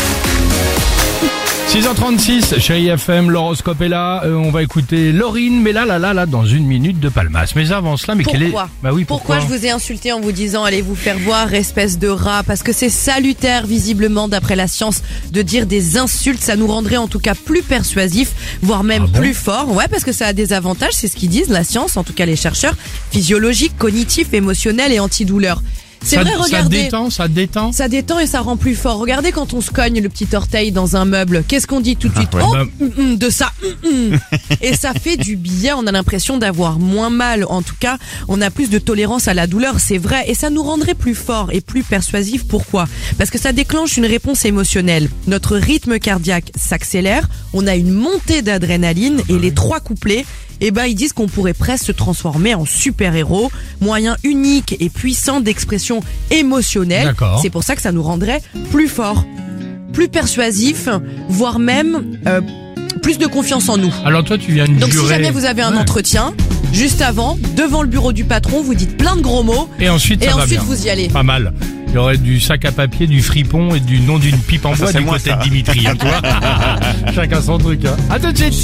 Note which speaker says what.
Speaker 1: 6h36, chérie FM, l'horoscope est là. Euh, on va écouter Laurine, mais là, là, là, là, dans une minute de Palmas. Mais avant cela, mais quelle est.
Speaker 2: Pourquoi
Speaker 1: Bah oui,
Speaker 2: Pourquoi
Speaker 1: pourquoi,
Speaker 2: je vous ai insulté en vous disant allez vous faire voir espèce de rat Parce que c'est salutaire visiblement d'après la science de dire des insultes, ça nous rendrait en tout cas plus persuasifs, voire même
Speaker 1: Ah bon
Speaker 2: plus forts. Ouais, parce que ça a des avantages, c'est ce qu'ils disent la science, en tout cas les chercheurs, physiologique, cognitif, émotionnel et antidouleur. C'est
Speaker 1: ça,
Speaker 2: vrai,
Speaker 1: ça
Speaker 2: regardez.
Speaker 1: détend, ça détend.
Speaker 2: Ça détend et ça rend plus fort. Regardez quand on se cogne le petit orteil dans un meuble. Qu'est-ce qu'on dit tout de suite
Speaker 1: ouais.
Speaker 2: Oh,
Speaker 1: Bah-
Speaker 2: hum, hum, de ça. hum, hum. et ça fait du bien. On a l'impression d'avoir moins mal. En tout cas, on a plus de tolérance à la douleur. C'est vrai. Et ça nous rendrait plus fort et plus persuasif. Pourquoi Parce que ça déclenche une réponse émotionnelle. Notre rythme cardiaque s'accélère. On a une montée d'adrénaline et les trois couplets. Eh ben, ils disent qu'on pourrait presque se transformer en super-héros, moyen unique et puissant d'expression émotionnelle.
Speaker 1: D'accord.
Speaker 2: C'est pour ça que ça nous rendrait plus forts, plus persuasifs, voire même euh, plus de confiance en nous.
Speaker 1: Alors toi, tu viens de
Speaker 2: Donc si
Speaker 1: jurer.
Speaker 2: jamais vous avez un
Speaker 1: Ouais.
Speaker 2: entretien, juste avant, devant le bureau du patron, vous dites plein de gros mots
Speaker 1: Et ensuite,
Speaker 2: et
Speaker 1: ça
Speaker 2: ensuite
Speaker 1: va bien.
Speaker 2: vous y allez.
Speaker 1: Pas mal. Il y aurait du sac à papier, du fripon et du nom d'une pipe en bois
Speaker 3: c'est
Speaker 1: du
Speaker 3: moi,
Speaker 1: côté
Speaker 3: Ah, ça.
Speaker 1: de Dimitri. hein, tu vois Chacun son truc. Hein. À tout de suite.